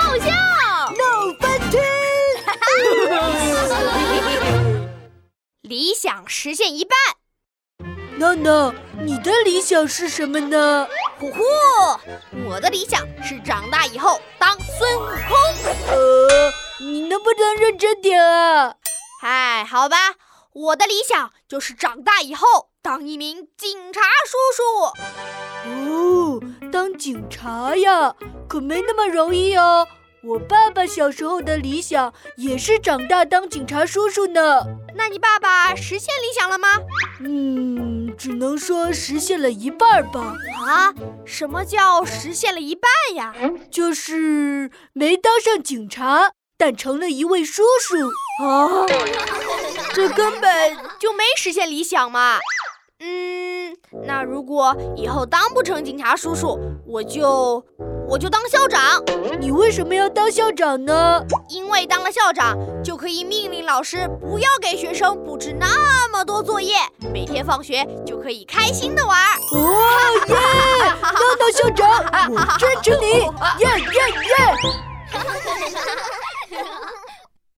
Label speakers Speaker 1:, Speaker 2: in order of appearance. Speaker 1: 爆笑
Speaker 2: 闹翻天！
Speaker 1: 理想实现一半。
Speaker 2: 闹闹，你的理想是什么呢？
Speaker 1: 呼呼，我的理想是长大以后当孙悟空。
Speaker 2: 呃，你能不能认真点啊？
Speaker 1: 哎，好吧，我的理想就是长大以后当一名警察叔叔。
Speaker 2: 哦，当警察呀，可没那么容易哦。我爸爸小时候的理想也是长大当警察叔叔呢。
Speaker 1: 那你爸爸实现理想了吗？
Speaker 2: 嗯，只能说实现了一半儿吧，
Speaker 1: 啊，什么叫实现了一半呀？
Speaker 2: 就是没当上警察，但成了一位叔叔啊。这根本……
Speaker 1: 就没实现理想嘛。嗯，那如果以后当不成警察叔叔，我就我就当校长，
Speaker 2: 你为什么要当校长呢？
Speaker 1: 因为当了校长就可以命令老师不要给学生布置那么多作业，每天放学就可以开心的玩儿。
Speaker 2: 哦耶！当当校长，我支持你！耶耶耶！